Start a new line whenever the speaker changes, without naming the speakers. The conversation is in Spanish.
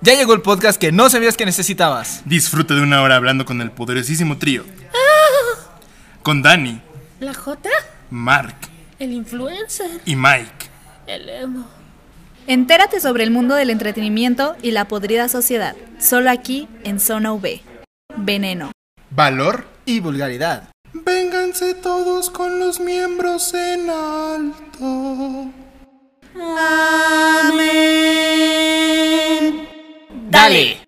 Ya llegó el podcast que no sabías que necesitabas.
Disfruta de una hora hablando con el poderosísimo trío. Con Dani,
La J,
Mark
el influencer,
y Mike.
el emo.
Entérate sobre el mundo del entretenimiento y la podrida sociedad, solo aquí en Zona V. Veneno.
Valor.
Y vulgaridad.
Vénganse todos con los miembros en alto.
¡Dale!